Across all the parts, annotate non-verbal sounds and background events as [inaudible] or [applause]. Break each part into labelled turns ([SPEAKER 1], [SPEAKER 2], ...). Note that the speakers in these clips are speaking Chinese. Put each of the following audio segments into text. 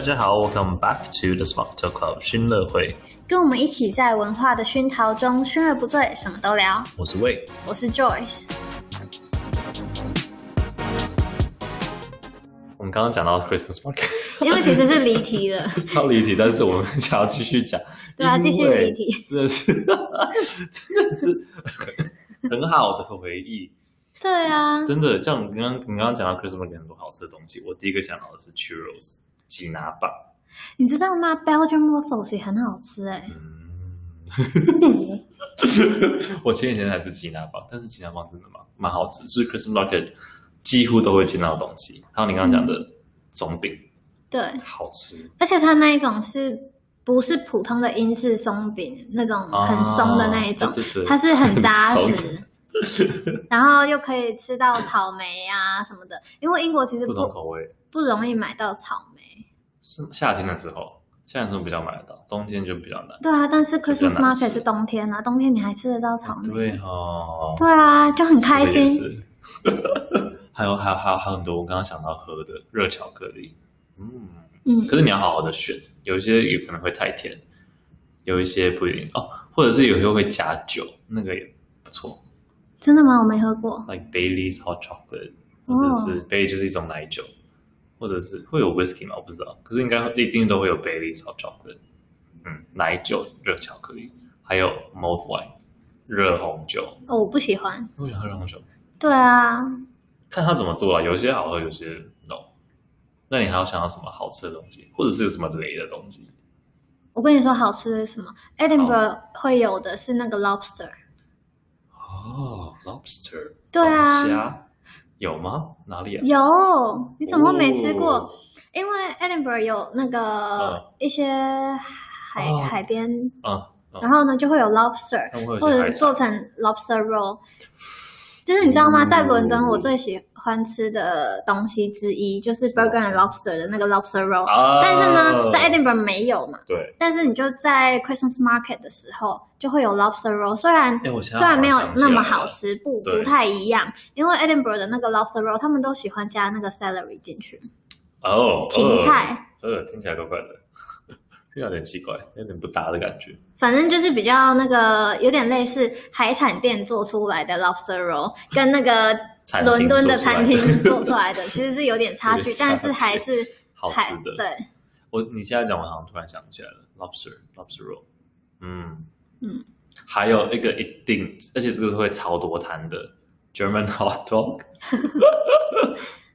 [SPEAKER 1] 家好，Welcome back to the Smart Talk Club 熏乐会，
[SPEAKER 2] 跟我们一起在文化的熏陶中，熏而不醉，什么都聊。
[SPEAKER 1] 我是魏。
[SPEAKER 2] 我是 [laughs] Joyce，
[SPEAKER 1] 我们刚刚讲到 Christmas market [laughs]
[SPEAKER 2] 因为其实是离题了，
[SPEAKER 1] 超离题，但是我们想要继续讲，
[SPEAKER 2] 对啊，继续离
[SPEAKER 1] 题，
[SPEAKER 2] 题。
[SPEAKER 1] 真的是 [laughs] 真的是 [laughs] 很好的回忆，
[SPEAKER 2] 对啊，
[SPEAKER 1] 真的像你刚刚你刚刚讲到 Christmas market 很多好吃的东西，我第一个想到的是 churros 吉拿棒，
[SPEAKER 2] 你知道吗？Belgian waffles 也很好吃哎、 [laughs]
[SPEAKER 1] 嗯，我前几天才吃吉拿棒，但是吉拿棒真的蛮蛮好吃，就是 Christmas market 几乎都会见到的东西，还有你刚刚讲的
[SPEAKER 2] 嗯
[SPEAKER 1] 松饼，
[SPEAKER 2] 对，
[SPEAKER 1] 好吃。
[SPEAKER 2] 而且它那一种是不是普通的英式松饼那种很松的那一种，
[SPEAKER 1] 啊对对对
[SPEAKER 2] 它是很扎
[SPEAKER 1] 很
[SPEAKER 2] [laughs] 实。然后又可以吃到草莓啊什么的，因为英国其实
[SPEAKER 1] 不
[SPEAKER 2] 不
[SPEAKER 1] 同口味。
[SPEAKER 2] 不容易买到草莓。
[SPEAKER 1] 是夏天的时候，夏天的时候比较买得到，冬天就比较难。
[SPEAKER 2] 对啊，但是
[SPEAKER 1] 比较
[SPEAKER 2] Christmas
[SPEAKER 1] 难吃
[SPEAKER 2] market 是冬天啊，冬天你还吃得到草莓。
[SPEAKER 1] 对哦，
[SPEAKER 2] 对啊，就很嗯
[SPEAKER 1] 我
[SPEAKER 2] 开
[SPEAKER 1] 也
[SPEAKER 2] 心。
[SPEAKER 1] 是。 [laughs] 还有还有还有还有很多，我刚刚想到喝的热巧克力，嗯，
[SPEAKER 2] 嗯，
[SPEAKER 1] 可是你要好好的选，有一些有可能会太甜，有一些不一定哦，或者是有些会加酒，那个也不错
[SPEAKER 2] 真的吗？我没喝过。
[SPEAKER 1] ，like Bailey's hot chocolate，
[SPEAKER 2] 哦
[SPEAKER 1] 或者是 Bailey 就是一种奶酒，或者是会有 whisky 吗？我不知道，可是应该一定都会有 Bailey's hot chocolate，嗯，奶酒、热巧克力，还有 malt wine，热红酒。
[SPEAKER 2] 哦我不喜欢。
[SPEAKER 1] 为什么喝热红酒？
[SPEAKER 2] 对啊，
[SPEAKER 1] 看他怎么做啊，有些好喝，有些 no。那你还要想要什么好吃的东西，或者是有什么雷的东西？
[SPEAKER 2] 我跟你说好吃的是什么？Edinburgh 会有的是那个 lobster。
[SPEAKER 1] 哦，lobster，
[SPEAKER 2] 对啊
[SPEAKER 1] 龙虾有吗？哪里啊？
[SPEAKER 2] 有，你怎么会没吃过？
[SPEAKER 1] 哦
[SPEAKER 2] 因为 Edinburgh 有那
[SPEAKER 1] 嗯
[SPEAKER 2] 个一些海、
[SPEAKER 1] 哦
[SPEAKER 2] 海边，
[SPEAKER 1] 嗯嗯，
[SPEAKER 2] 然后呢就会有 lobster，
[SPEAKER 1] 他们会有
[SPEAKER 2] 或
[SPEAKER 1] 些
[SPEAKER 2] 者
[SPEAKER 1] 海
[SPEAKER 2] 是做
[SPEAKER 1] 产，
[SPEAKER 2] 成 lobster roll。就是你知道吗？
[SPEAKER 1] 嗯
[SPEAKER 2] 在伦敦，我最喜欢吃的东西之一就是 burger and lobster 的那个 lobster roll，、
[SPEAKER 1] 啊
[SPEAKER 2] 但是呢，在 Edinburgh 没有嘛。
[SPEAKER 1] 对，
[SPEAKER 2] 但是你就在 Christmas market 的时候，就会有 lobster roll，虽然
[SPEAKER 1] 哎，我现在
[SPEAKER 2] 虽然没有
[SPEAKER 1] 好像
[SPEAKER 2] 那
[SPEAKER 1] 想起
[SPEAKER 2] 么
[SPEAKER 1] 来了
[SPEAKER 2] 好，吃，不
[SPEAKER 1] 对
[SPEAKER 2] 不太一样，因为 Edinburgh 的那个 lobster roll，他们都喜欢加那个 celery 进去，
[SPEAKER 1] 哦，
[SPEAKER 2] 芹菜，
[SPEAKER 1] 呃，呃，听起来怪怪的， [laughs] 有点奇怪，有点不搭的感觉。
[SPEAKER 2] 反正就是比较那个有点类似海产店做出来的 lobster
[SPEAKER 1] [laughs]
[SPEAKER 2] roll，跟那个
[SPEAKER 1] 餐厅
[SPEAKER 2] 伦敦的
[SPEAKER 1] 做出来
[SPEAKER 2] 餐
[SPEAKER 1] 的
[SPEAKER 2] 厅做出来的，其实是有点差
[SPEAKER 1] [laughs] 有
[SPEAKER 2] 距
[SPEAKER 1] 点，差
[SPEAKER 2] 但是还是
[SPEAKER 1] [laughs] 好
[SPEAKER 2] 还
[SPEAKER 1] 吃的，
[SPEAKER 2] 对，
[SPEAKER 1] 我你现在讲，我好像突然想起来了，lobster lobster roll，嗯
[SPEAKER 2] 嗯，
[SPEAKER 1] 还有一个一定，而且这个是会超多摊的 German hot dog，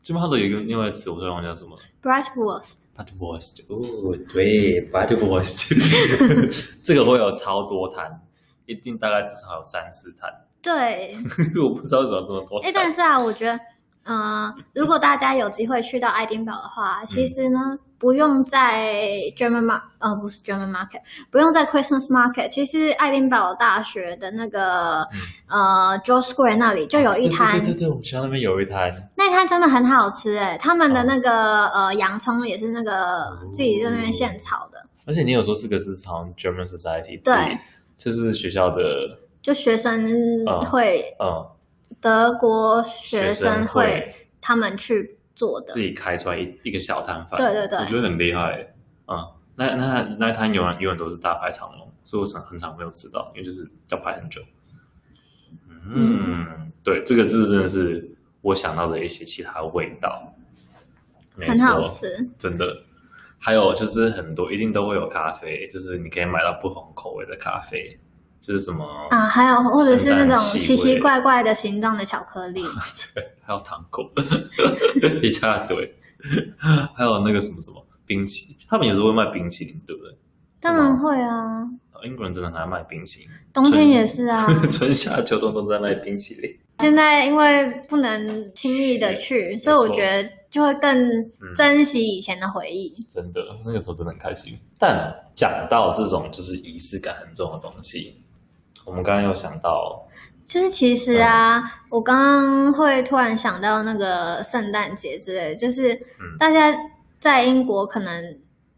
[SPEAKER 1] 基本上都有一个另外一个词，我突然忘记叫什么了。
[SPEAKER 2] bratwurst，
[SPEAKER 1] Bratwurst，哦，对，Bratwurst，这个会有超多摊，一定大概至少有三四摊，
[SPEAKER 2] 对，
[SPEAKER 1] [laughs] 我不知道为什么这么多摊。
[SPEAKER 2] 哎，但是啊，我觉得，嗯、如果大家有机会去到爱丁堡的话，
[SPEAKER 1] 嗯
[SPEAKER 2] 其实呢，不用在 German Mark，呃，不是 German Market，不用在 Christmas Market，其实爱丁堡大学的那个、呃 George Square 那里就有一
[SPEAKER 1] 嗯
[SPEAKER 2] 摊，
[SPEAKER 1] 啊对对对对，我们学校那边有一摊，
[SPEAKER 2] 那摊真的很好吃哎、他们
[SPEAKER 1] 哦
[SPEAKER 2] 的那个、呃洋葱也是那个自己在那边现炒的，
[SPEAKER 1] 而且你有说这个是从 German Society，
[SPEAKER 2] 对，
[SPEAKER 1] 就是学校的，
[SPEAKER 2] 就学生
[SPEAKER 1] 哦
[SPEAKER 2] 会、
[SPEAKER 1] 嗯，
[SPEAKER 2] 德国学
[SPEAKER 1] 生
[SPEAKER 2] 生会他们去做的
[SPEAKER 1] 自，己开出来一一个小摊贩，
[SPEAKER 2] 对对对
[SPEAKER 1] 我觉得很厉害。嗯，那那那摊永远永远都是大排长龙，所以我常很常没有吃到，因为就是要排很久。嗯，对，这个字真的是我想到的一些其他味道，没
[SPEAKER 2] 很好
[SPEAKER 1] 错，
[SPEAKER 2] 吃，
[SPEAKER 1] 真的。还有就是很多一定都会有咖啡，就是你可以买到不同口味的咖啡，就是什么
[SPEAKER 2] 啊，还有或者是那
[SPEAKER 1] 圣
[SPEAKER 2] 种
[SPEAKER 1] 诞气
[SPEAKER 2] 奇
[SPEAKER 1] 味
[SPEAKER 2] 奇怪怪的形状的巧克
[SPEAKER 1] [laughs]
[SPEAKER 2] 力，
[SPEAKER 1] [laughs] 还有糖果， [laughs] 一大堆，还有那个什么什么冰淇淋，他们有时候会卖冰淇淋，对不对？
[SPEAKER 2] 当然会啊，
[SPEAKER 1] 哦英国人真的很爱卖冰淇淋，
[SPEAKER 2] 冬天也是
[SPEAKER 1] [laughs]
[SPEAKER 2] 啊。
[SPEAKER 1] 春夏秋冬都在卖冰淇淋。
[SPEAKER 2] 现在因为不能轻易的去，所以我
[SPEAKER 1] 没错
[SPEAKER 2] 觉得就会更
[SPEAKER 1] 嗯
[SPEAKER 2] 珍惜以前的回忆。
[SPEAKER 1] 真的，那个时候真的很开心。但讲到这种就是仪式感很重的东西，我们刚刚有想到，
[SPEAKER 2] 就是其实啊，
[SPEAKER 1] 嗯
[SPEAKER 2] 我刚刚会突然想到那个圣诞节之类的，就是
[SPEAKER 1] 嗯
[SPEAKER 2] 大家在英国可能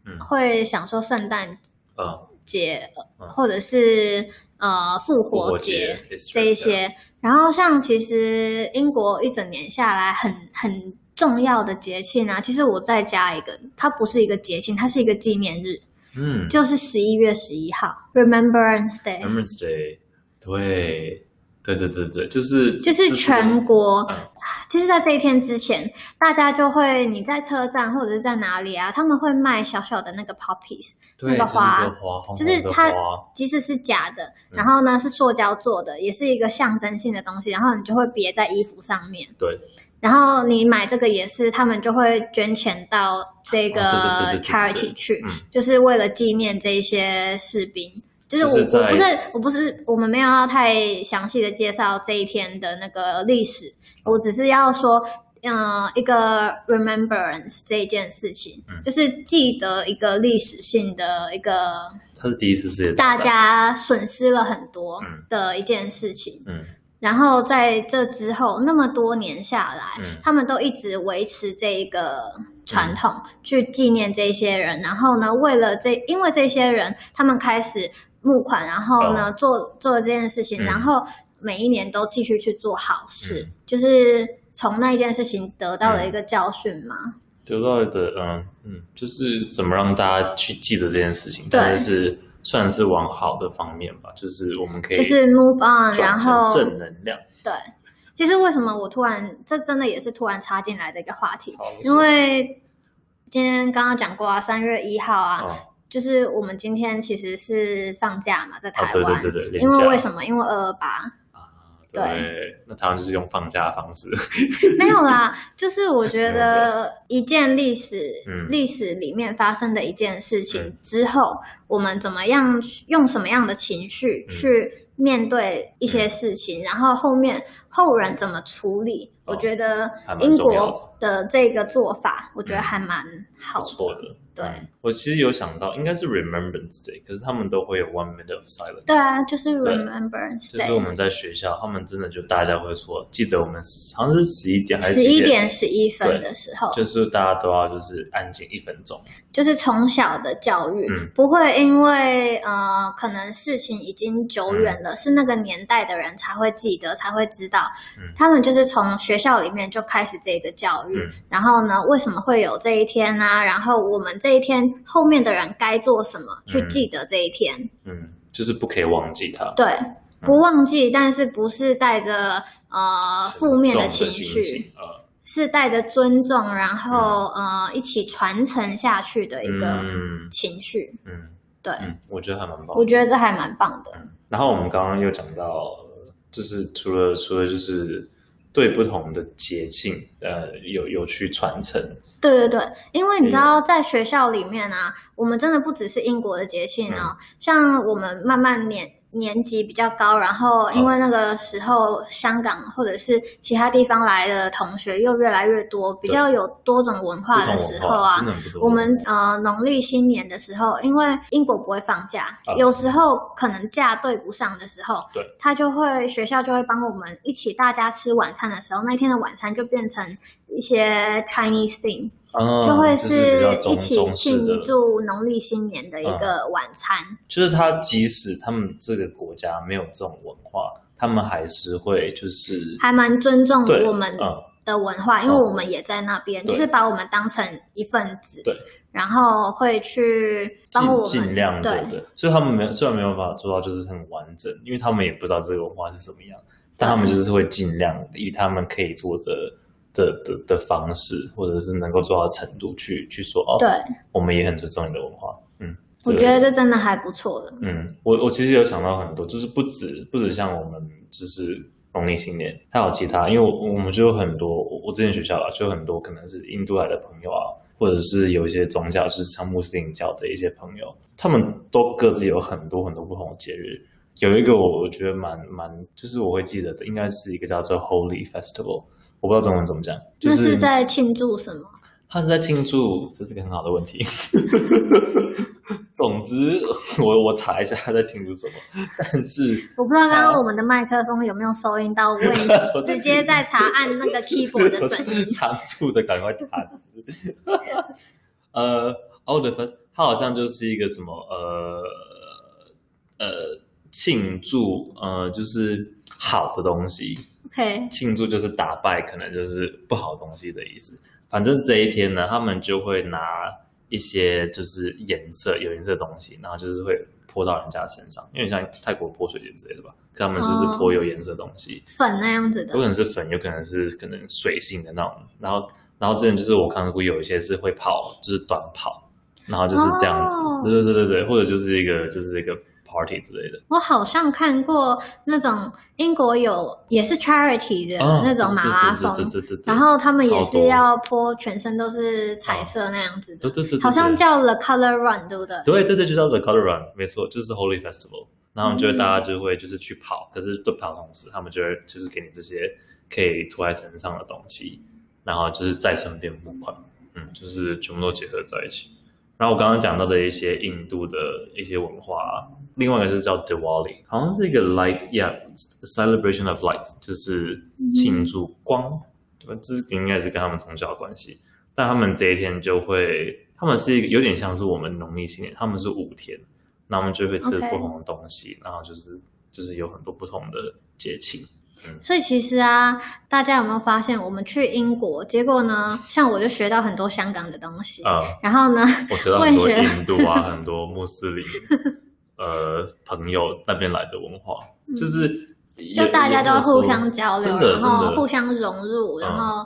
[SPEAKER 1] 嗯
[SPEAKER 2] 会想说圣诞
[SPEAKER 1] 呃，
[SPEAKER 2] 节，
[SPEAKER 1] 嗯
[SPEAKER 2] 或者是呃复
[SPEAKER 1] 复
[SPEAKER 2] 活
[SPEAKER 1] 活
[SPEAKER 2] 节
[SPEAKER 1] 节 Easter，
[SPEAKER 2] 这一些。然后像其实英国一整年下来很很重要的节庆啊，其实我再加一个，它不是一个节庆，它是一个纪念日，
[SPEAKER 1] 嗯
[SPEAKER 2] 就是十一月十一号，Remembrance Day。
[SPEAKER 1] ，Remembrance Day，对，对对对对，就是
[SPEAKER 2] 就是全国
[SPEAKER 1] 嗯。
[SPEAKER 2] 其实，在这一天之前，大家就会你在车站或者是在哪里啊，他们会卖小小的那个 poppies，
[SPEAKER 1] 对
[SPEAKER 2] 那个花
[SPEAKER 1] 就是一个花，红
[SPEAKER 2] 就是
[SPEAKER 1] 红的
[SPEAKER 2] 它
[SPEAKER 1] 花
[SPEAKER 2] 即使是假的，
[SPEAKER 1] 嗯
[SPEAKER 2] 然后呢是塑胶做的，也是一个象征性的东西，然后你就会别在衣服上面。
[SPEAKER 1] 对，
[SPEAKER 2] 然后你买这个也是，他们就会捐钱到这个
[SPEAKER 1] 哦对对对对对对
[SPEAKER 2] charity 去
[SPEAKER 1] 嗯，
[SPEAKER 2] 就是为了纪念这些士兵。就是我
[SPEAKER 1] 就是在
[SPEAKER 2] 我不是我不是我们没有要太详细的介绍这一天的那个历史，我只是要说，嗯、一个 remembrance 这一件事情，
[SPEAKER 1] 嗯
[SPEAKER 2] 就是记得一个历史性的一个
[SPEAKER 1] 它是第一次世界大
[SPEAKER 2] 大
[SPEAKER 1] 战，
[SPEAKER 2] 家损失了很多
[SPEAKER 1] 嗯
[SPEAKER 2] 的一件事情。
[SPEAKER 1] 嗯
[SPEAKER 2] 然后在这之后那么多年下来，
[SPEAKER 1] 嗯
[SPEAKER 2] 他们都一直维持这一个传统，去纪念这些人。然后呢，为了这，因为这些人，他们开始募款，然后呢，做做了这件事情，
[SPEAKER 1] 哦嗯
[SPEAKER 2] 然后每一年都继续去做好事，
[SPEAKER 1] 嗯
[SPEAKER 2] 就是从那一件事情得到了一个教训嘛。
[SPEAKER 1] 得到的嗯嗯，就是怎么让大家去记得这件事情，但是是算是往好的方面吧，就是我们可以
[SPEAKER 2] 就是 move on，
[SPEAKER 1] 转
[SPEAKER 2] 然
[SPEAKER 1] 成
[SPEAKER 2] 后
[SPEAKER 1] 正能量，
[SPEAKER 2] 对，其实为什么我突然，这真的也是突然插进来的一个话题
[SPEAKER 1] 好你，说
[SPEAKER 2] 因为今天刚刚讲过啊，三月一号啊，
[SPEAKER 1] 啊
[SPEAKER 2] 就是我们今天其实是放假嘛，在
[SPEAKER 1] 啊
[SPEAKER 2] 台
[SPEAKER 1] 对
[SPEAKER 2] 湾，
[SPEAKER 1] 对对对，
[SPEAKER 2] 因为
[SPEAKER 1] 么？
[SPEAKER 2] 为什么？因为二二八对
[SPEAKER 1] 对，那台湾就是用放假的方式，
[SPEAKER 2] 没有啦， [laughs] 就是我觉得一件历史、
[SPEAKER 1] 嗯
[SPEAKER 2] 历史里面发生的一件事情、
[SPEAKER 1] 嗯
[SPEAKER 2] 之后，我们怎么样去用什么样的情绪
[SPEAKER 1] 嗯
[SPEAKER 2] 去面对一些事情，然后后面后人怎么处理，
[SPEAKER 1] 哦
[SPEAKER 2] 我觉得
[SPEAKER 1] 还蛮
[SPEAKER 2] 英
[SPEAKER 1] 重要的
[SPEAKER 2] 国的这个做法，我觉得
[SPEAKER 1] 嗯
[SPEAKER 2] 还蛮好
[SPEAKER 1] 不 [laughs]
[SPEAKER 2] 的。
[SPEAKER 1] 错的。
[SPEAKER 2] 对
[SPEAKER 1] 嗯我其实有想到，应该是 Remembrance Day，可是他们都会有 one minute of silence。
[SPEAKER 2] 对啊，就是
[SPEAKER 1] 对
[SPEAKER 2] Remembrance
[SPEAKER 1] 就是我
[SPEAKER 2] Day，
[SPEAKER 1] 们在学校，他们真的就大家会说，记得我们好像是十一点还是
[SPEAKER 2] 十一
[SPEAKER 1] 几
[SPEAKER 2] 点十一分
[SPEAKER 1] 对
[SPEAKER 2] 的时候，
[SPEAKER 1] 就是大家都要就是安静一分钟。
[SPEAKER 2] 就是从小的教育，
[SPEAKER 1] 嗯
[SPEAKER 2] 不会因为呃，可能事情已经
[SPEAKER 1] 嗯
[SPEAKER 2] 久远了，是那个年代的人才会记得，才会知道。
[SPEAKER 1] 嗯
[SPEAKER 2] 他们就是从学校里面就开始这个教育，
[SPEAKER 1] 嗯
[SPEAKER 2] 然后呢，为什么会有这一天呢、然后我们这一天后面的人该做什么，去记得这一天。
[SPEAKER 1] 嗯，就是不可以忘记它。
[SPEAKER 2] 对，不忘记，但是不是带着呃负面的情绪，
[SPEAKER 1] 绪，呃，
[SPEAKER 2] 是带着尊重，然后、呃一起传承下去的一个
[SPEAKER 1] 嗯
[SPEAKER 2] 情绪。
[SPEAKER 1] 嗯
[SPEAKER 2] 对，
[SPEAKER 1] 嗯，我觉得还蛮棒
[SPEAKER 2] 我。觉得这还蛮棒的。
[SPEAKER 1] 然后我们刚刚又讲到，呃就是除了除了就是对不同的节庆，呃，有有去传承，
[SPEAKER 2] 对对对，因为你知道，在学校里面啊，我们真的不只是英国的节庆
[SPEAKER 1] 嗯
[SPEAKER 2] 哦，像我们慢慢年年级比较高，然后
[SPEAKER 1] 哦
[SPEAKER 2] 因为那个时候香港或者是其他地方来的同学又越来越多，比较有多种文
[SPEAKER 1] 不
[SPEAKER 2] 化
[SPEAKER 1] 同
[SPEAKER 2] 的时
[SPEAKER 1] 文
[SPEAKER 2] 候
[SPEAKER 1] 化真
[SPEAKER 2] 啊。
[SPEAKER 1] 的很不多。
[SPEAKER 2] 我们呃农历新年的时候，因为英国不会放假，
[SPEAKER 1] 啊
[SPEAKER 2] 有时候可能假对不上的时候，
[SPEAKER 1] 对，
[SPEAKER 2] 他就会学校就会帮我们一起大家吃晚餐的时候，那天的晚餐就变成一些 Chinese thing，
[SPEAKER 1] 嗯
[SPEAKER 2] 就会
[SPEAKER 1] 是比较
[SPEAKER 2] 一
[SPEAKER 1] 中
[SPEAKER 2] 起
[SPEAKER 1] 中式
[SPEAKER 2] 庆
[SPEAKER 1] 的嗯
[SPEAKER 2] 祝农历新年的一个晚餐。
[SPEAKER 1] 就是他即使他们这个国家没有这种文化，他们还是会就是
[SPEAKER 2] 还蛮尊重
[SPEAKER 1] 对
[SPEAKER 2] 我们
[SPEAKER 1] 嗯
[SPEAKER 2] 的文化，因为我们也在那边，
[SPEAKER 1] 对
[SPEAKER 2] 就是把我们当成一份子，
[SPEAKER 1] 对，
[SPEAKER 2] 然后会去帮我
[SPEAKER 1] 尽
[SPEAKER 2] 们
[SPEAKER 1] 尽量
[SPEAKER 2] 对
[SPEAKER 1] 的对，所以他们没有虽然没有办法做到就是很完整，因为他们也不知道这个文化是什么样，但他们就是会尽量以他们可以做的的的的方式，或者是能够做到的程度去去说哦，
[SPEAKER 2] 对，
[SPEAKER 1] 我们也很尊重你的文化，嗯，
[SPEAKER 2] 我
[SPEAKER 1] 这个
[SPEAKER 2] 觉得这真的还不错的。
[SPEAKER 1] 嗯，我我其实有想到很多，就是不止不止像我们就是农历新年，还有其他，因为我我们就有很多，我我之前学校啊，就有很多可能是印度来的朋友啊，或者是有一些宗教，就是像穆斯林教的一些朋友，他们都各自有很多很多不同的节日。有一个我我觉得蛮蛮，就是我会记得的，应该是一个叫做 Holy Festival，我不知道中文怎么讲，就
[SPEAKER 2] 那
[SPEAKER 1] 是
[SPEAKER 2] 是在庆祝什么？
[SPEAKER 1] 他是在庆祝，这是个很好的问题。 [laughs] 总之，我我查一下他在庆祝什么，但是
[SPEAKER 2] 我不知道刚刚我们的麦克风有没有收音到位，
[SPEAKER 1] [laughs] 我在。
[SPEAKER 2] 直接在查按那个 keyboard 的声音
[SPEAKER 1] [laughs] 仓促的赶快打字。 [laughs] 呃，All the first，他好像就是一个什么呃呃庆祝呃，就是好的东西，
[SPEAKER 2] OK，
[SPEAKER 1] 庆祝就是打败，可能就是不好东西的意思。反正这一天呢，他们就会拿一些就是颜色有颜色的东西，然后就是会泼到人家身上，因为像泰国泼水节之类的吧，可他们说是泼有颜色的东西，
[SPEAKER 2] 粉那样子的
[SPEAKER 1] 有可能是粉，有可能是可能水性的那种。然后，然后之前就是我看过有一些是会跑，就是短跑，然后就是这样子，
[SPEAKER 2] 哦
[SPEAKER 1] 对对对对对，或者就是一个就是一个 party 之类的。
[SPEAKER 2] 我好像看过那种英国有也是 charity 的
[SPEAKER 1] 哦
[SPEAKER 2] 那种马拉松，
[SPEAKER 1] 对对对对对对，
[SPEAKER 2] 然后他们也
[SPEAKER 1] 超多
[SPEAKER 2] 是要泼全身都是彩色那样子的，
[SPEAKER 1] 对对对，对
[SPEAKER 2] 好像
[SPEAKER 1] 对
[SPEAKER 2] 叫 The Color Run，对不对？
[SPEAKER 1] 对对对，就叫 The Color Run，没错，就是 Holy Festival。然后就是大家就会就是去跑，可是都跑同时，他们就会就是给你这些可以涂在身上的东西，然后就是再顺便募款，嗯，就是全部都结合在一起。然后我刚刚讲到的一些印度的一些文化，另外一个是叫 Diwali，好像是一个 light，yeah，celebration of light，就是庆祝光，对吧？这是应该是跟他们从小的关系。但他们这一天就会，他们是一个有点像是我们农历新年，他们是五天，那我们就会吃
[SPEAKER 2] OK
[SPEAKER 1] 不同的东西然后就是就是有很多不同的节
[SPEAKER 2] [laughs]
[SPEAKER 1] 庆。
[SPEAKER 2] 所以其实啊，大家有没有发现，我们去英国，结果呢，像我就学到很多香港的东西，
[SPEAKER 1] 呃，
[SPEAKER 2] 然后呢，
[SPEAKER 1] 我学到很多
[SPEAKER 2] 我也学
[SPEAKER 1] 印度啊，很多穆斯
[SPEAKER 2] [laughs]
[SPEAKER 1] 林呃朋友那边来的文化，就是
[SPEAKER 2] 嗯就
[SPEAKER 1] 也
[SPEAKER 2] 大家都互相交
[SPEAKER 1] 真
[SPEAKER 2] 流，
[SPEAKER 1] 的
[SPEAKER 2] 然后
[SPEAKER 1] 真的
[SPEAKER 2] 互相融入，
[SPEAKER 1] 嗯
[SPEAKER 2] 然后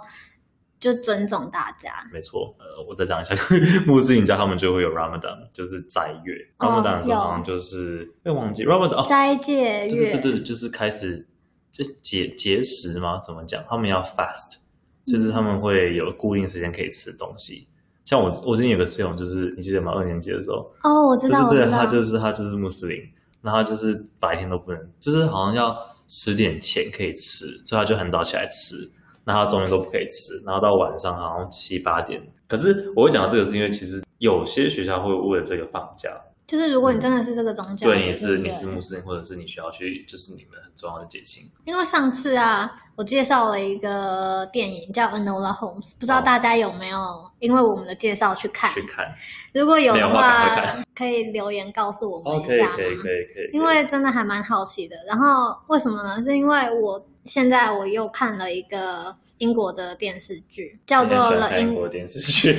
[SPEAKER 2] 就尊重大家。
[SPEAKER 1] 没错，呃，我再讲一下， [laughs] 穆斯林家他们就会有 Ramadan，就是斋月。
[SPEAKER 2] 哦
[SPEAKER 1] Ramadan 是
[SPEAKER 2] 有
[SPEAKER 1] 好像就是被忘记 Ramadan 哦，
[SPEAKER 2] 斋戒
[SPEAKER 1] 对
[SPEAKER 2] 月，
[SPEAKER 1] 对对对，就是开始这节节食吗？怎么讲？他们要 fast，就是他
[SPEAKER 2] 嗯
[SPEAKER 1] 们会有固定时间可以吃东西。像我我之前有个室友，就是你记得吗？二年级的时候，
[SPEAKER 2] 哦，我知
[SPEAKER 1] 对
[SPEAKER 2] 道，
[SPEAKER 1] 对对，
[SPEAKER 2] 我知道，
[SPEAKER 1] 他就是他就是穆斯林，然后他就是白天都不能，就是好像要十点前可以吃，所以他就很早起来吃，然后他中间都不可以吃，然后到晚上好像七八点。可是我会讲到这个是因为其实有些学校会为了这个放假，
[SPEAKER 2] 就是如果你真的是这个宗
[SPEAKER 1] 嗯
[SPEAKER 2] 教，
[SPEAKER 1] 对，你是
[SPEAKER 2] 不
[SPEAKER 1] 你是穆斯林或者是你需要去就是你们很重要的节庆，
[SPEAKER 2] 因为上次啊，我介绍了一个电影叫《Anola Holmes》，不知道
[SPEAKER 1] 哦
[SPEAKER 2] 大家有没有因为我们的介绍去看？
[SPEAKER 1] 去看。
[SPEAKER 2] 如果有
[SPEAKER 1] 没有
[SPEAKER 2] 的
[SPEAKER 1] 话赶快
[SPEAKER 2] 话，可以留言告诉我们
[SPEAKER 1] 哦，
[SPEAKER 2] 一
[SPEAKER 1] 可以
[SPEAKER 2] 下
[SPEAKER 1] 可以
[SPEAKER 2] 吗
[SPEAKER 1] 可以可以，
[SPEAKER 2] 因为真的还蛮好奇的。然后为什么呢？是因为我现在我又看了一个英国的电视剧，叫
[SPEAKER 1] 我
[SPEAKER 2] 做
[SPEAKER 1] 很喜欢
[SPEAKER 2] 《了
[SPEAKER 1] 看英
[SPEAKER 2] 英
[SPEAKER 1] 国电视
[SPEAKER 2] [laughs]
[SPEAKER 1] 剧，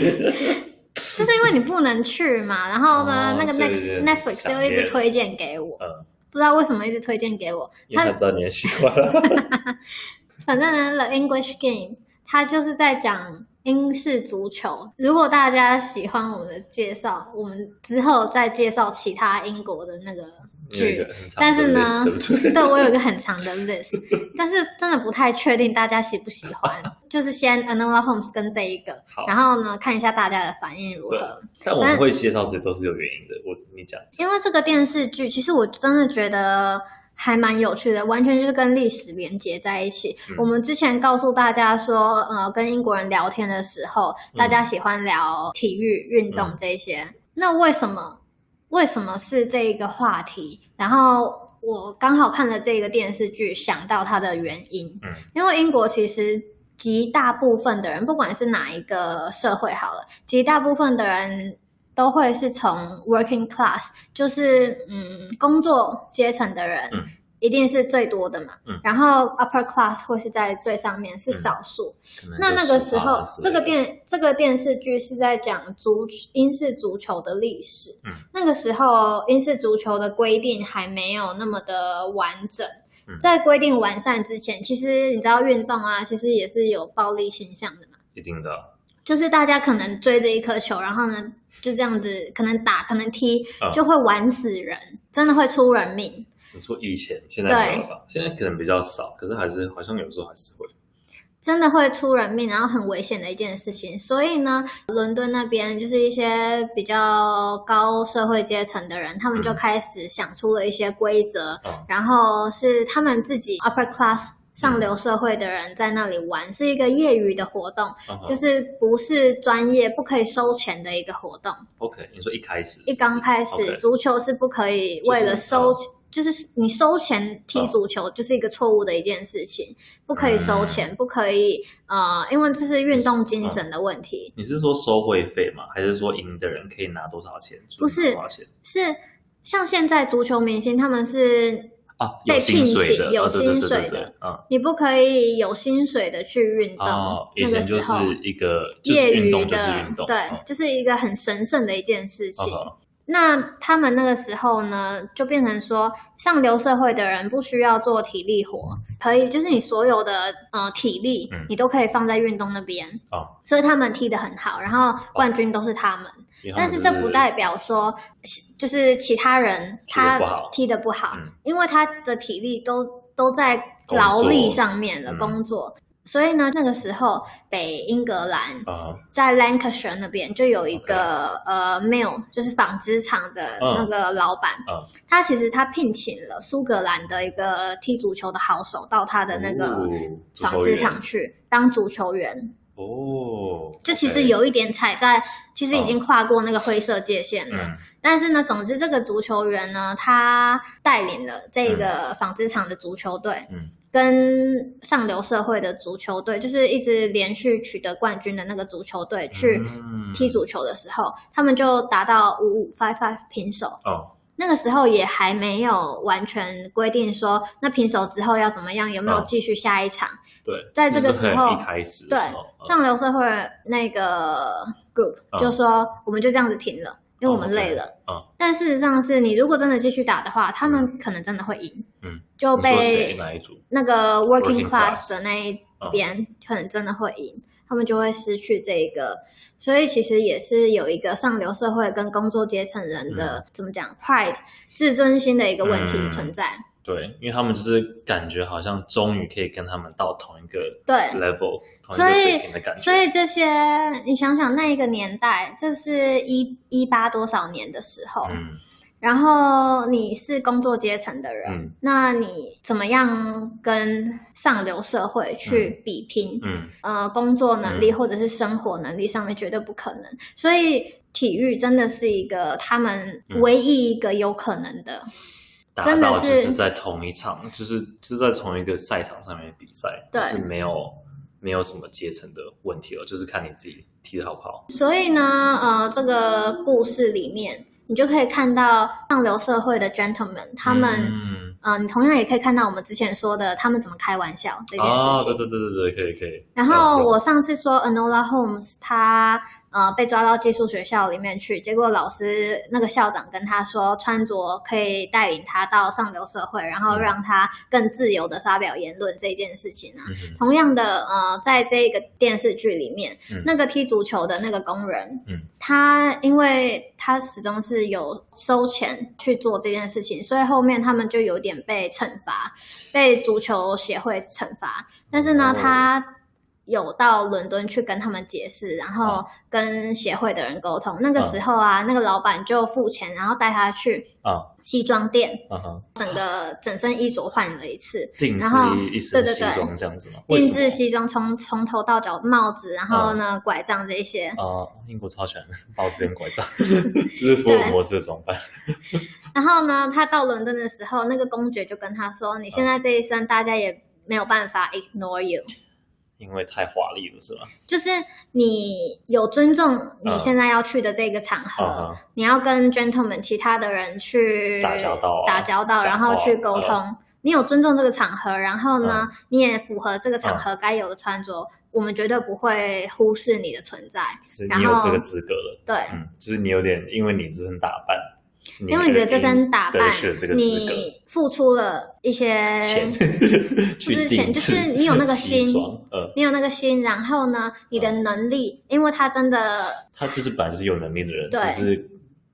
[SPEAKER 2] 就是因为你不能去嘛，然后呢，
[SPEAKER 1] 哦
[SPEAKER 2] 那个
[SPEAKER 1] 对对
[SPEAKER 2] Net
[SPEAKER 1] 对
[SPEAKER 2] Netflix
[SPEAKER 1] 想
[SPEAKER 2] 又
[SPEAKER 1] 念
[SPEAKER 2] 一直推荐给我，
[SPEAKER 1] 嗯
[SPEAKER 2] 不知道为什么一直推荐给我。
[SPEAKER 1] 因为他知道你的习惯了。
[SPEAKER 2] [laughs] 反正呢，《The English Game》它就是在讲英式足球。如果大家喜欢我们的介绍，我们之后再介绍其他英国的那个
[SPEAKER 1] 有一
[SPEAKER 2] 剧
[SPEAKER 1] 个。很长
[SPEAKER 2] 但是
[SPEAKER 1] 的
[SPEAKER 2] 呢
[SPEAKER 1] list，对不对？
[SPEAKER 2] 对我有一个很长的 list，但 [laughs] 是真的不太确定大家喜不喜
[SPEAKER 1] [laughs]
[SPEAKER 2] 欢。就是先 Anola Holmes 跟这一个
[SPEAKER 1] 好，
[SPEAKER 2] 然后呢看一下大家的反应如
[SPEAKER 1] 对
[SPEAKER 2] 何。
[SPEAKER 1] 但我们会介绍这些都是有原因的。我你讲，
[SPEAKER 2] 因为这个电视剧，其实我真的觉得还蛮有趣的，完全就是跟历史连接在一起。
[SPEAKER 1] 嗯
[SPEAKER 2] 我们之前告诉大家说，呃，跟英国人聊天的时候，
[SPEAKER 1] 嗯
[SPEAKER 2] 大家喜欢聊体育、运动
[SPEAKER 1] 嗯
[SPEAKER 2] 这一些。那为什么为什么是这一个话题？然后。我刚好看了这个电视剧，想到它的原因，
[SPEAKER 1] 嗯
[SPEAKER 2] 因为英国其实极大部分的人，不管是哪一个社会好了，极大部分的人都会是从 working class，就是嗯工作阶层的人，
[SPEAKER 1] 嗯
[SPEAKER 2] 一定是最多的嘛。
[SPEAKER 1] 嗯
[SPEAKER 2] 然后 upper class 会是在最上面，是少数。
[SPEAKER 1] 可能
[SPEAKER 2] 那
[SPEAKER 1] 嗯就
[SPEAKER 2] 那个
[SPEAKER 1] 18
[SPEAKER 2] 时候
[SPEAKER 1] 之，类
[SPEAKER 2] 这个
[SPEAKER 1] 的
[SPEAKER 2] 电这个电视剧是在讲足英式足球的历史。
[SPEAKER 1] 嗯，
[SPEAKER 2] 那个时候英式足球的规定还没有那么的完整。
[SPEAKER 1] 嗯
[SPEAKER 2] 在规定完善之前，其实你知道运动啊，其实也是有暴力倾向的嘛。
[SPEAKER 1] 一定的，啊
[SPEAKER 2] 就是大家可能追着一颗球，然后呢就这样子，可能打，可能踢
[SPEAKER 1] 嗯，
[SPEAKER 2] 就会玩死人，真的会出人命。
[SPEAKER 1] 你说以前现在没有了吧？现在可能比较少，可是还是好像有时候还是会。
[SPEAKER 2] 真的会出人命，然后很危险的一件事情。所以呢，伦敦那边就是一些比较高社会阶层的人，他们就
[SPEAKER 1] 嗯
[SPEAKER 2] 开始想出了一些规则，
[SPEAKER 1] 嗯
[SPEAKER 2] 然后是他们自己 upper class 上流社会的人在那里玩，是一个业余的活动，
[SPEAKER 1] 嗯哼
[SPEAKER 2] 就是不是专业、不可以收钱的一个活动。
[SPEAKER 1] OK，你说一开始是不是，
[SPEAKER 2] 一刚开始，
[SPEAKER 1] OK，呃
[SPEAKER 2] 足球是不可以为了收钱，就是你收钱踢足
[SPEAKER 1] 嗯
[SPEAKER 2] 球，就是一个错误的一件事情，不可以收钱，不可以呃，因为这是运动精神的问题，
[SPEAKER 1] 你是说收会费吗？还是说赢的人可以拿多少钱？
[SPEAKER 2] 不是
[SPEAKER 1] 输多少钱？
[SPEAKER 2] 是像现在足球明星他们是
[SPEAKER 1] 啊，有
[SPEAKER 2] 被
[SPEAKER 1] 薪
[SPEAKER 2] 聘
[SPEAKER 1] 水的，
[SPEAKER 2] 请有
[SPEAKER 1] 哦对对
[SPEAKER 2] 薪
[SPEAKER 1] 对
[SPEAKER 2] 水
[SPEAKER 1] 对对
[SPEAKER 2] 的，
[SPEAKER 1] 嗯，
[SPEAKER 2] 你不可以有薪水的去运动。
[SPEAKER 1] 哦，以
[SPEAKER 2] 那个
[SPEAKER 1] 前就
[SPEAKER 2] 时
[SPEAKER 1] 是
[SPEAKER 2] 候，
[SPEAKER 1] 一个就是
[SPEAKER 2] 业
[SPEAKER 1] 运
[SPEAKER 2] 余
[SPEAKER 1] 动就是
[SPEAKER 2] 的
[SPEAKER 1] 运动，
[SPEAKER 2] 对
[SPEAKER 1] 嗯，
[SPEAKER 2] 就是一个很神圣的一件事情。
[SPEAKER 1] 哦
[SPEAKER 2] 那他们那个时候呢，就变成说，上流社会的人不需要做体力活，可以就是你所有的呃体力
[SPEAKER 1] 嗯，
[SPEAKER 2] 你都可以放在运动那边。
[SPEAKER 1] 哦，
[SPEAKER 2] 所以他们踢得很好，然后冠军都是他们。
[SPEAKER 1] 因为他们
[SPEAKER 2] 但是
[SPEAKER 1] 哦就
[SPEAKER 2] 这不代表说，就是其他人
[SPEAKER 1] 踢得
[SPEAKER 2] 他
[SPEAKER 1] 不好
[SPEAKER 2] 踢得不好
[SPEAKER 1] 嗯，
[SPEAKER 2] 因为他的体力都都在劳力上面了
[SPEAKER 1] 工作
[SPEAKER 2] 工作。所以呢，那个时候北英格兰
[SPEAKER 1] 啊，
[SPEAKER 2] 在 Lancashire 那边就有一个呃 mill，就是纺织厂的
[SPEAKER 1] 哦嗯
[SPEAKER 2] 那个老板，
[SPEAKER 1] 嗯
[SPEAKER 2] 他其实他聘请了苏格兰的一个踢足球的好手到他的那
[SPEAKER 1] 哦
[SPEAKER 2] 个
[SPEAKER 1] 足
[SPEAKER 2] 纺
[SPEAKER 1] 球
[SPEAKER 2] 织
[SPEAKER 1] 员
[SPEAKER 2] 厂去当足球员，
[SPEAKER 1] 哦，
[SPEAKER 2] 就其
[SPEAKER 1] OK
[SPEAKER 2] 实有一点踩在，其实已经跨过那个灰色界限了。
[SPEAKER 1] 嗯
[SPEAKER 2] 但是呢，总之这个足球员呢，他带领了这个纺织厂的足球队，
[SPEAKER 1] 嗯
[SPEAKER 2] 跟上流社会的足球队，就是一直连续取得冠军的那个足球队去
[SPEAKER 1] 嗯
[SPEAKER 2] 踢足球的时候，他们就达到五五 five five 平手。
[SPEAKER 1] 哦
[SPEAKER 2] 那个时候也还没有完全规定说，那平手之后要怎么样，有没有
[SPEAKER 1] 嗯
[SPEAKER 2] 继续下一场？
[SPEAKER 1] 对，
[SPEAKER 2] 在这个
[SPEAKER 1] 就是
[SPEAKER 2] 时
[SPEAKER 1] 很
[SPEAKER 2] 候
[SPEAKER 1] 一开始的
[SPEAKER 2] 对
[SPEAKER 1] 时候，嗯
[SPEAKER 2] 上流社会那个 group、
[SPEAKER 1] 嗯
[SPEAKER 2] 就说，我们就这样子停了，因为我们累了。
[SPEAKER 1] 哦，OK，
[SPEAKER 2] 但事实上是你如果真的继续打的话，他们可能真的会赢，
[SPEAKER 1] 嗯，
[SPEAKER 2] 就
[SPEAKER 1] 你说谁
[SPEAKER 2] 被
[SPEAKER 1] 哪一组？
[SPEAKER 2] 那个 working
[SPEAKER 1] Working
[SPEAKER 2] class
[SPEAKER 1] class 嗯
[SPEAKER 2] 的那一边可能真的会赢，他们就会失去这一个。所以其实也是有一个上流社会跟工作阶层人的、怎么讲 pride 自尊心的一个问题
[SPEAKER 1] 嗯
[SPEAKER 2] 存在。
[SPEAKER 1] 对，因为他们就是感觉好像终于可以跟他们到同一个
[SPEAKER 2] 对，
[SPEAKER 1] level，同一
[SPEAKER 2] 所
[SPEAKER 1] 个水平的感
[SPEAKER 2] 以，
[SPEAKER 1] 觉。
[SPEAKER 2] 所以这些，你想想那一个年代，这是一一八多少年的时候，
[SPEAKER 1] 嗯
[SPEAKER 2] 然后你是工作阶层的人，
[SPEAKER 1] 嗯
[SPEAKER 2] 那你怎么样跟上流社会去比拼？
[SPEAKER 1] 嗯
[SPEAKER 2] 呃，工作能力
[SPEAKER 1] 嗯
[SPEAKER 2] 或者是生活能力上面绝对不可能，所以体育真的是一个他们
[SPEAKER 1] 嗯
[SPEAKER 2] 唯一一个有可能的。
[SPEAKER 1] 达
[SPEAKER 2] 真的
[SPEAKER 1] 到就是是在同一场，就是就是在同一个赛场上面比赛，就
[SPEAKER 2] 对
[SPEAKER 1] 是没有没有什么阶层的问题了，就是看你自己踢的好不好。
[SPEAKER 2] 所以呢，呃，这个故事里面，你就可以看到上流社会的 gentlemen，他们、
[SPEAKER 1] 嗯
[SPEAKER 2] 嗯，你同样也可以看到我们之前说的他们怎么开玩笑这件
[SPEAKER 1] 哦，
[SPEAKER 2] 事
[SPEAKER 1] 对
[SPEAKER 2] 情。
[SPEAKER 1] 对对对对，可以可以。
[SPEAKER 2] 然后
[SPEAKER 1] 有
[SPEAKER 2] 我上次说 Anola Holmes 他呃被抓到寄宿学校里面去，结果老师那个校长跟他说，穿着可以带领他到上流社会，然后
[SPEAKER 1] 嗯
[SPEAKER 2] 让他更自由的发表言论这件事情呢、啊
[SPEAKER 1] 有嗯哼
[SPEAKER 2] 同样的，呃，在这个电视剧里面，
[SPEAKER 1] 嗯
[SPEAKER 2] 那个踢足球的那个工人，
[SPEAKER 1] 嗯
[SPEAKER 2] 他因为他始终是有收钱去做这件事情，所以后面他们就有点被惩罚，被足球协会惩罚。但是呢，
[SPEAKER 1] 哦
[SPEAKER 2] 他有到伦敦去跟他们解释，然后
[SPEAKER 1] 哦
[SPEAKER 2] 跟协会的人沟通。那个时候啊，那个老板就付钱，然后带他去
[SPEAKER 1] 啊
[SPEAKER 2] 西装店，
[SPEAKER 1] 啊哈，
[SPEAKER 2] 整个整身衣着换了一次。
[SPEAKER 1] 定
[SPEAKER 2] 然后
[SPEAKER 1] 制一身
[SPEAKER 2] 对对
[SPEAKER 1] 西
[SPEAKER 2] 对
[SPEAKER 1] 装这样子吗？为
[SPEAKER 2] 定
[SPEAKER 1] 什
[SPEAKER 2] 制
[SPEAKER 1] 么嗯
[SPEAKER 2] 西装从从头到脚，帽子，然后呢，拐杖这些。
[SPEAKER 1] 啊，英国超喜欢帽子跟拐
[SPEAKER 2] [laughs]
[SPEAKER 1] 杖，就是福尔摩斯的装扮。
[SPEAKER 2] 然后呢，他到伦敦的时候，那个公爵就跟他说：“你现在这一身，大家也没有办法 ignore you，
[SPEAKER 1] 因为太华丽了，是吧？
[SPEAKER 2] 就是你有尊重你
[SPEAKER 1] 嗯
[SPEAKER 2] 现在要去的这个场合，
[SPEAKER 1] 啊哈，
[SPEAKER 2] 你要跟 gentleman 其他的人去
[SPEAKER 1] 打交道啊
[SPEAKER 2] 打交道，
[SPEAKER 1] 讲
[SPEAKER 2] 然
[SPEAKER 1] 话
[SPEAKER 2] 后去沟通。你有尊重这个场合，然后呢，
[SPEAKER 1] 嗯
[SPEAKER 2] 你也符合这个场合该有的穿着，我们绝对不会忽视你的存在。
[SPEAKER 1] 就是
[SPEAKER 2] 然
[SPEAKER 1] 你有
[SPEAKER 2] 后
[SPEAKER 1] 这个资格了。
[SPEAKER 2] 对，
[SPEAKER 1] 嗯，就是你有点因为你这身打扮，
[SPEAKER 2] 因为你的这身打扮
[SPEAKER 1] 得取了这，个资格，
[SPEAKER 2] 你付出了一些
[SPEAKER 1] 钱
[SPEAKER 2] [laughs] 不
[SPEAKER 1] 去
[SPEAKER 2] 是
[SPEAKER 1] 定
[SPEAKER 2] 钱，
[SPEAKER 1] 制
[SPEAKER 2] 就是你有那个
[SPEAKER 1] 西
[SPEAKER 2] 心，
[SPEAKER 1] 装，呃，
[SPEAKER 2] 你有那个心，然后呢，你
[SPEAKER 1] 嗯
[SPEAKER 2] 的能力，因为他真的
[SPEAKER 1] 他就是本来就是有能力的人，
[SPEAKER 2] 对
[SPEAKER 1] 只是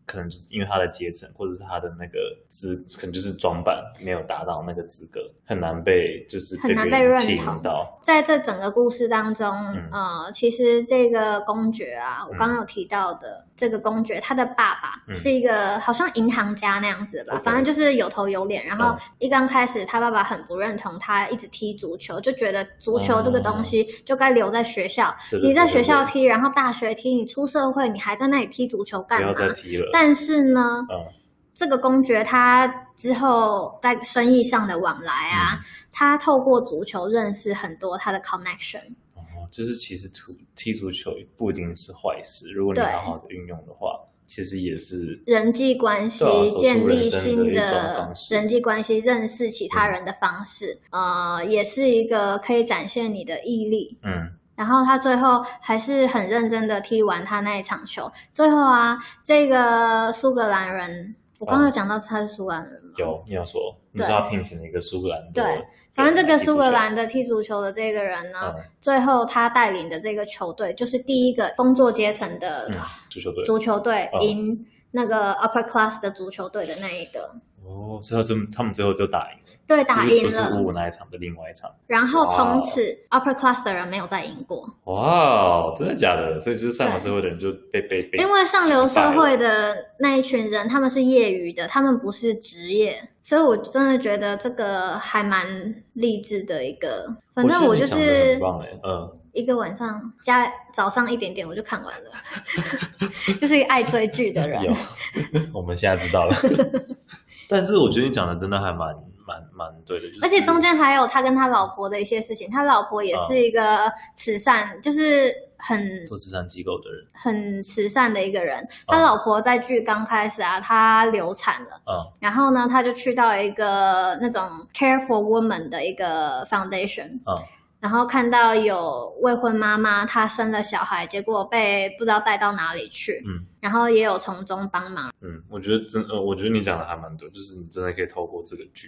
[SPEAKER 1] 可能就是因为他的阶层或者是他的那个资，可能就是装扮没有达到那个资格，很难被就是
[SPEAKER 2] 很难
[SPEAKER 1] 别
[SPEAKER 2] 被
[SPEAKER 1] 人
[SPEAKER 2] 认
[SPEAKER 1] 听
[SPEAKER 2] 同
[SPEAKER 1] 到。
[SPEAKER 2] 在这整个故事当中，
[SPEAKER 1] 嗯
[SPEAKER 2] 呃，其实这个公爵啊，我刚刚有提到的、这个公爵，他的爸爸
[SPEAKER 1] 嗯
[SPEAKER 2] 是一个好像银行家那样子吧，
[SPEAKER 1] OK
[SPEAKER 2] 反正就是有头有脸。然后
[SPEAKER 1] 嗯
[SPEAKER 2] 一刚开始，他爸爸很不认同他一直踢足球，就觉得足球这个东西就该留在学校，
[SPEAKER 1] 哦对对
[SPEAKER 2] 你在
[SPEAKER 1] 对对
[SPEAKER 2] 学校
[SPEAKER 1] 对
[SPEAKER 2] 踢，然后大学踢，你出社会你还在那里踢足球干
[SPEAKER 1] 不要
[SPEAKER 2] 嘛？
[SPEAKER 1] 再提了，
[SPEAKER 2] 但是呢，
[SPEAKER 1] 嗯
[SPEAKER 2] 这个公爵他之后在生意上的往来啊，
[SPEAKER 1] 嗯
[SPEAKER 2] 他透过足球认识很多他的 connection。
[SPEAKER 1] 哦，就是其实踢踢足球不一定是坏事，如果你
[SPEAKER 2] 对
[SPEAKER 1] 好好的运用的话，其实也是
[SPEAKER 2] 人际关系、
[SPEAKER 1] 对啊走出
[SPEAKER 2] 建立
[SPEAKER 1] 人生的
[SPEAKER 2] 新
[SPEAKER 1] 一种方式
[SPEAKER 2] 人际关系、认识其他人的方式，呃，也是一个可以展现你的毅力。
[SPEAKER 1] 嗯
[SPEAKER 2] 然后他最后还是很认真的踢完他那一场球。最后啊，这个苏格兰人，我
[SPEAKER 1] 啊
[SPEAKER 2] 刚刚有讲到他是苏格兰人吗？
[SPEAKER 1] 有你有说，你
[SPEAKER 2] 对
[SPEAKER 1] 说他聘请了一个苏格兰的
[SPEAKER 2] 对
[SPEAKER 1] 人，
[SPEAKER 2] 反正这个
[SPEAKER 1] 踢足
[SPEAKER 2] 苏格
[SPEAKER 1] 球
[SPEAKER 2] 兰的踢足球的这个人呢，
[SPEAKER 1] 嗯
[SPEAKER 2] 最后他带领的这个球队就是第一个工作阶层的
[SPEAKER 1] 嗯足球队
[SPEAKER 2] 足球队
[SPEAKER 1] 哦
[SPEAKER 2] 赢那个 upper class 的足球队的那一个，
[SPEAKER 1] 哦，最后这么他们最后就打赢了，
[SPEAKER 2] 对，打
[SPEAKER 1] 就是
[SPEAKER 2] 赢
[SPEAKER 1] 不是
[SPEAKER 2] 了
[SPEAKER 1] 五。五那一场的另外一场，
[SPEAKER 2] 然后
[SPEAKER 1] 哇
[SPEAKER 2] 从此
[SPEAKER 1] 哦
[SPEAKER 2] upper class 的人没有再赢过，
[SPEAKER 1] 哇，真的假的？所以就是上流社会的人就被被被，
[SPEAKER 2] 因为上流
[SPEAKER 1] 击败
[SPEAKER 2] 社
[SPEAKER 1] 了
[SPEAKER 2] 会的那一群人他们是业余的，他们不是职业，所以我真的觉得这个还蛮励志的一个。反正我
[SPEAKER 1] 觉得
[SPEAKER 2] 就
[SPEAKER 1] 你讲得
[SPEAKER 2] 是
[SPEAKER 1] 很棒哎，嗯，
[SPEAKER 2] 一个晚上加早上一点点我就看完了， [laughs] 就是一个爱追剧的人
[SPEAKER 1] 有。， [laughs] 我们现在知道
[SPEAKER 2] [laughs]
[SPEAKER 1] 了。但是我觉得你讲的真的还蛮蛮蛮对的，就是、啊
[SPEAKER 2] 而且中间还有他跟他老婆的一些事情，他老婆也是一个慈善，就是很
[SPEAKER 1] 做慈善机构的人，
[SPEAKER 2] 很慈善的一个人。
[SPEAKER 1] 哦
[SPEAKER 2] 他老婆在剧刚开始啊，她流产了，
[SPEAKER 1] 嗯
[SPEAKER 2] 然后呢，他就去到一个那种 Care for Women 的一个 foundation，
[SPEAKER 1] 嗯
[SPEAKER 2] 然后看到有未婚妈妈她生了小孩，结果被不知道带到哪里去，
[SPEAKER 1] 嗯
[SPEAKER 2] 然后也有从中帮忙。
[SPEAKER 1] 嗯，我觉得真呃，我觉得你讲的还蛮对，就是你真的可以透过这个剧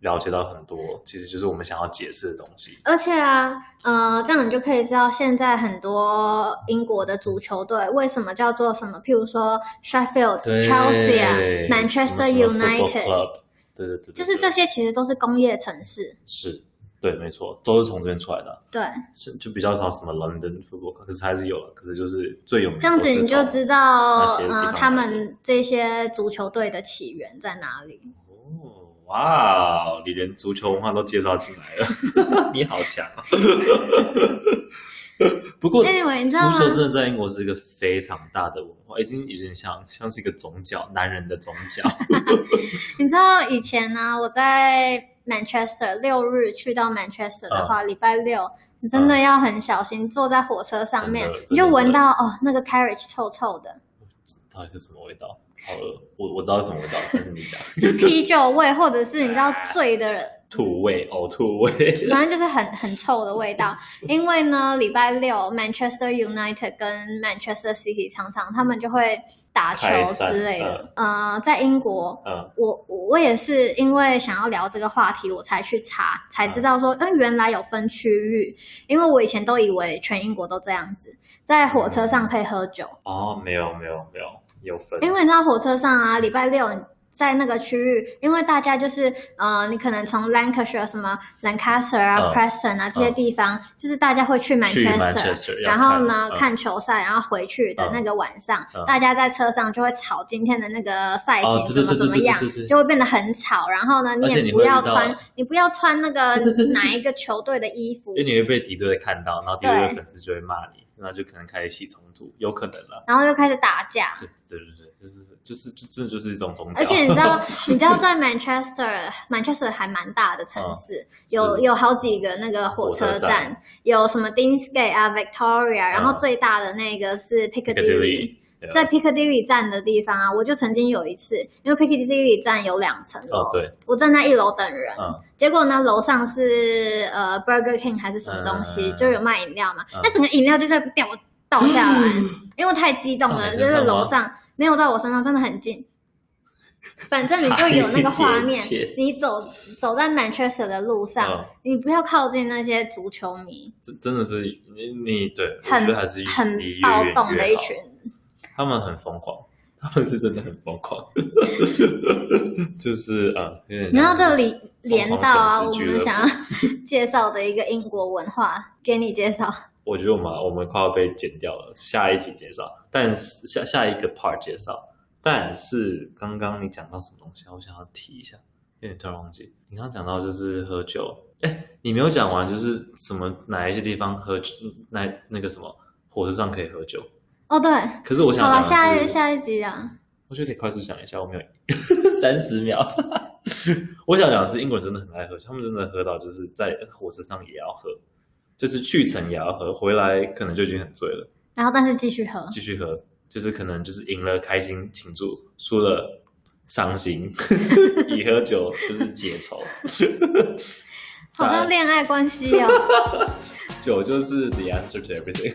[SPEAKER 1] 了解到很多，其实就是我们想要解释的东西。
[SPEAKER 2] 而且啊，呃，这样你就可以知道现在很多英国的足球队为什么叫做什么，譬如说 Sheffield、Chelsea 啊、Manchester
[SPEAKER 1] 什么什么 football
[SPEAKER 2] United，
[SPEAKER 1] club，对对对对，
[SPEAKER 2] 就是
[SPEAKER 1] 对
[SPEAKER 2] 这些其实都是工业城市。
[SPEAKER 1] 是，对，没错，都是从这边出来的啊，
[SPEAKER 2] 对，
[SPEAKER 1] 是就比较少什么 London football，club，可是还是有了，啊可是就是最有名
[SPEAKER 2] 这样子
[SPEAKER 1] 都是
[SPEAKER 2] 你就
[SPEAKER 1] 从
[SPEAKER 2] 知道
[SPEAKER 1] 那些地方来
[SPEAKER 2] 呃
[SPEAKER 1] 的
[SPEAKER 2] 他们这些足球队的起源在哪里。
[SPEAKER 1] 哦，哇哦，你连足球文化都介绍进来
[SPEAKER 2] [laughs]
[SPEAKER 1] 了，你好强、啊！不过
[SPEAKER 2] Anyway，你知哎道
[SPEAKER 1] 足
[SPEAKER 2] 吗
[SPEAKER 1] 球真的在英国是一个非常大的文化，已经有点像像是一个宗教，男人的宗
[SPEAKER 2] [laughs]
[SPEAKER 1] 教。
[SPEAKER 2] 你知道以前呢、我在 Manchester 六日去到 Manchester 的
[SPEAKER 1] 啊
[SPEAKER 2] 话，礼拜六你真的要很小心，坐在火车上面
[SPEAKER 1] 真的，
[SPEAKER 2] 你就闻到哦那个 carriage 臭臭的，
[SPEAKER 1] 到底是什么味道？好饿，我我知道是什么味道，但是你讲
[SPEAKER 2] 啤酒味或者是你知道醉的人，
[SPEAKER 1] 吐味、呕吐味，
[SPEAKER 2] 反正就是很很臭的味道。因为呢，礼拜六 Manchester United 跟 Manchester City 常常他们就会打球之类的。呃，在英国，
[SPEAKER 1] [laughs] 嗯，
[SPEAKER 2] 我我我也是因为想要聊这个话题，我才去查，才知道说，嗯、原来有分区域。因为我以前都以为全英国都这样子，在火车上可以喝酒，
[SPEAKER 1] 哦，没有没有没有，有分，
[SPEAKER 2] 因为你知道火车上啊，礼拜六你在那个区域，因为大家就是呃，你可能从 Lancashire 什么 Lancaster 啊、
[SPEAKER 1] 嗯
[SPEAKER 2] Preston 啊这些地方，就是大家会去
[SPEAKER 1] 去
[SPEAKER 2] Manchester。
[SPEAKER 1] Manchester，要
[SPEAKER 2] 然后呢，
[SPEAKER 1] 嗯
[SPEAKER 2] 看球赛，然后回去的那个晚上，
[SPEAKER 1] 嗯嗯
[SPEAKER 2] 大家在车上就会吵今天的那个赛
[SPEAKER 1] 哦对
[SPEAKER 2] 前怎么
[SPEAKER 1] 对对
[SPEAKER 2] 怎么
[SPEAKER 1] 对对
[SPEAKER 2] 样
[SPEAKER 1] 对对，
[SPEAKER 2] 就会变得很吵。然后呢，
[SPEAKER 1] 而且
[SPEAKER 2] 也
[SPEAKER 1] 你
[SPEAKER 2] 不
[SPEAKER 1] 会
[SPEAKER 2] 要
[SPEAKER 1] 遇到
[SPEAKER 2] 穿，你不要穿那个
[SPEAKER 1] 对对对对对
[SPEAKER 2] 哪一个球队的衣服
[SPEAKER 1] 因为，你会被敌对看到，然后敌对的
[SPEAKER 2] 对
[SPEAKER 1] 粉丝就会骂你，那就可能开始起冲突，有可能啦。
[SPEAKER 2] 然后就开始打架。
[SPEAKER 1] [laughs] 对对对对，就是就是就真的就是一种宗教。
[SPEAKER 2] 而且你知道， [laughs] 你知道在 Manchester Manchester 还蛮大的城市，有
[SPEAKER 1] 嗯是
[SPEAKER 2] 有好几个那个火车
[SPEAKER 1] 火车站
[SPEAKER 2] 有什么 Deansgate 啊、Victoria，、
[SPEAKER 1] 嗯
[SPEAKER 2] 然后最大的那个是 Piccadilly。
[SPEAKER 1] Piccadilly，对啊
[SPEAKER 2] [laughs] 在 Piccadilly 站的地方啊，我就曾经有一次，因为 Piccadilly 站有两层楼，
[SPEAKER 1] 哦对，
[SPEAKER 2] 我站在一楼等人，
[SPEAKER 1] 嗯
[SPEAKER 2] 结果呢，楼上是呃 Burger King 还是什么东西，
[SPEAKER 1] 嗯
[SPEAKER 2] 就有卖饮料嘛，
[SPEAKER 1] 嗯
[SPEAKER 2] 那整个饮料就在掉倒
[SPEAKER 1] [coughs]
[SPEAKER 2] 下来，因为太激动
[SPEAKER 1] 到
[SPEAKER 2] 了，
[SPEAKER 1] 你身
[SPEAKER 2] 就是
[SPEAKER 1] 上吗
[SPEAKER 2] 楼上没有到我身上，真的很近。反正你就有那个画面
[SPEAKER 1] 差一点，
[SPEAKER 2] 你走走在 Manchester 的路上，
[SPEAKER 1] 嗯，
[SPEAKER 2] 你不要靠近那些足球迷，
[SPEAKER 1] 真真的是你你对，我觉
[SPEAKER 2] 很
[SPEAKER 1] 得还是
[SPEAKER 2] 很
[SPEAKER 1] 离越
[SPEAKER 2] 暴
[SPEAKER 1] 远
[SPEAKER 2] 动的
[SPEAKER 1] 越
[SPEAKER 2] 一
[SPEAKER 1] 好
[SPEAKER 2] 群，
[SPEAKER 1] 他们很疯狂，他们是真的很疯狂， [laughs] 就是嗯，有点像是。
[SPEAKER 2] 然后这里连到啊，
[SPEAKER 1] 疯狂
[SPEAKER 2] 我
[SPEAKER 1] 粉丝俱乐
[SPEAKER 2] 们
[SPEAKER 1] 部
[SPEAKER 2] 想
[SPEAKER 1] [laughs]
[SPEAKER 2] 要介绍的一个英国文化，给你介绍。
[SPEAKER 1] 我觉得我们我们快要被剪掉了，下一集介绍，但是下下一个 part 介绍，但是刚刚你讲到什么东西啊？我想要提一下，有点突然忘记。你刚刚讲到就是喝酒，哎，你没有讲完，就是什么哪一些地方喝酒，那那个什么火车上可以喝酒，
[SPEAKER 2] 哦，对，
[SPEAKER 1] 可是我想
[SPEAKER 2] 好
[SPEAKER 1] 讲
[SPEAKER 2] 了，
[SPEAKER 1] 的是 [laughs]
[SPEAKER 2] 下一下一集啊，
[SPEAKER 1] 我觉得可以快速讲一下，我没有 [laughs] 三十秒。我想讲的是，英国人真的很爱喝酒，他们真的喝到就是在火车上也要喝，就是去程也要喝，回来可能就已经很醉了，
[SPEAKER 2] 然后但是继续喝，
[SPEAKER 1] 继续喝，就是可能就是赢了开心庆祝，输了伤心， [laughs] 以喝酒就是解愁。
[SPEAKER 2] 好像恋爱关系
[SPEAKER 1] [laughs]
[SPEAKER 2] 哦。
[SPEAKER 1] 酒就是 the answer to everything。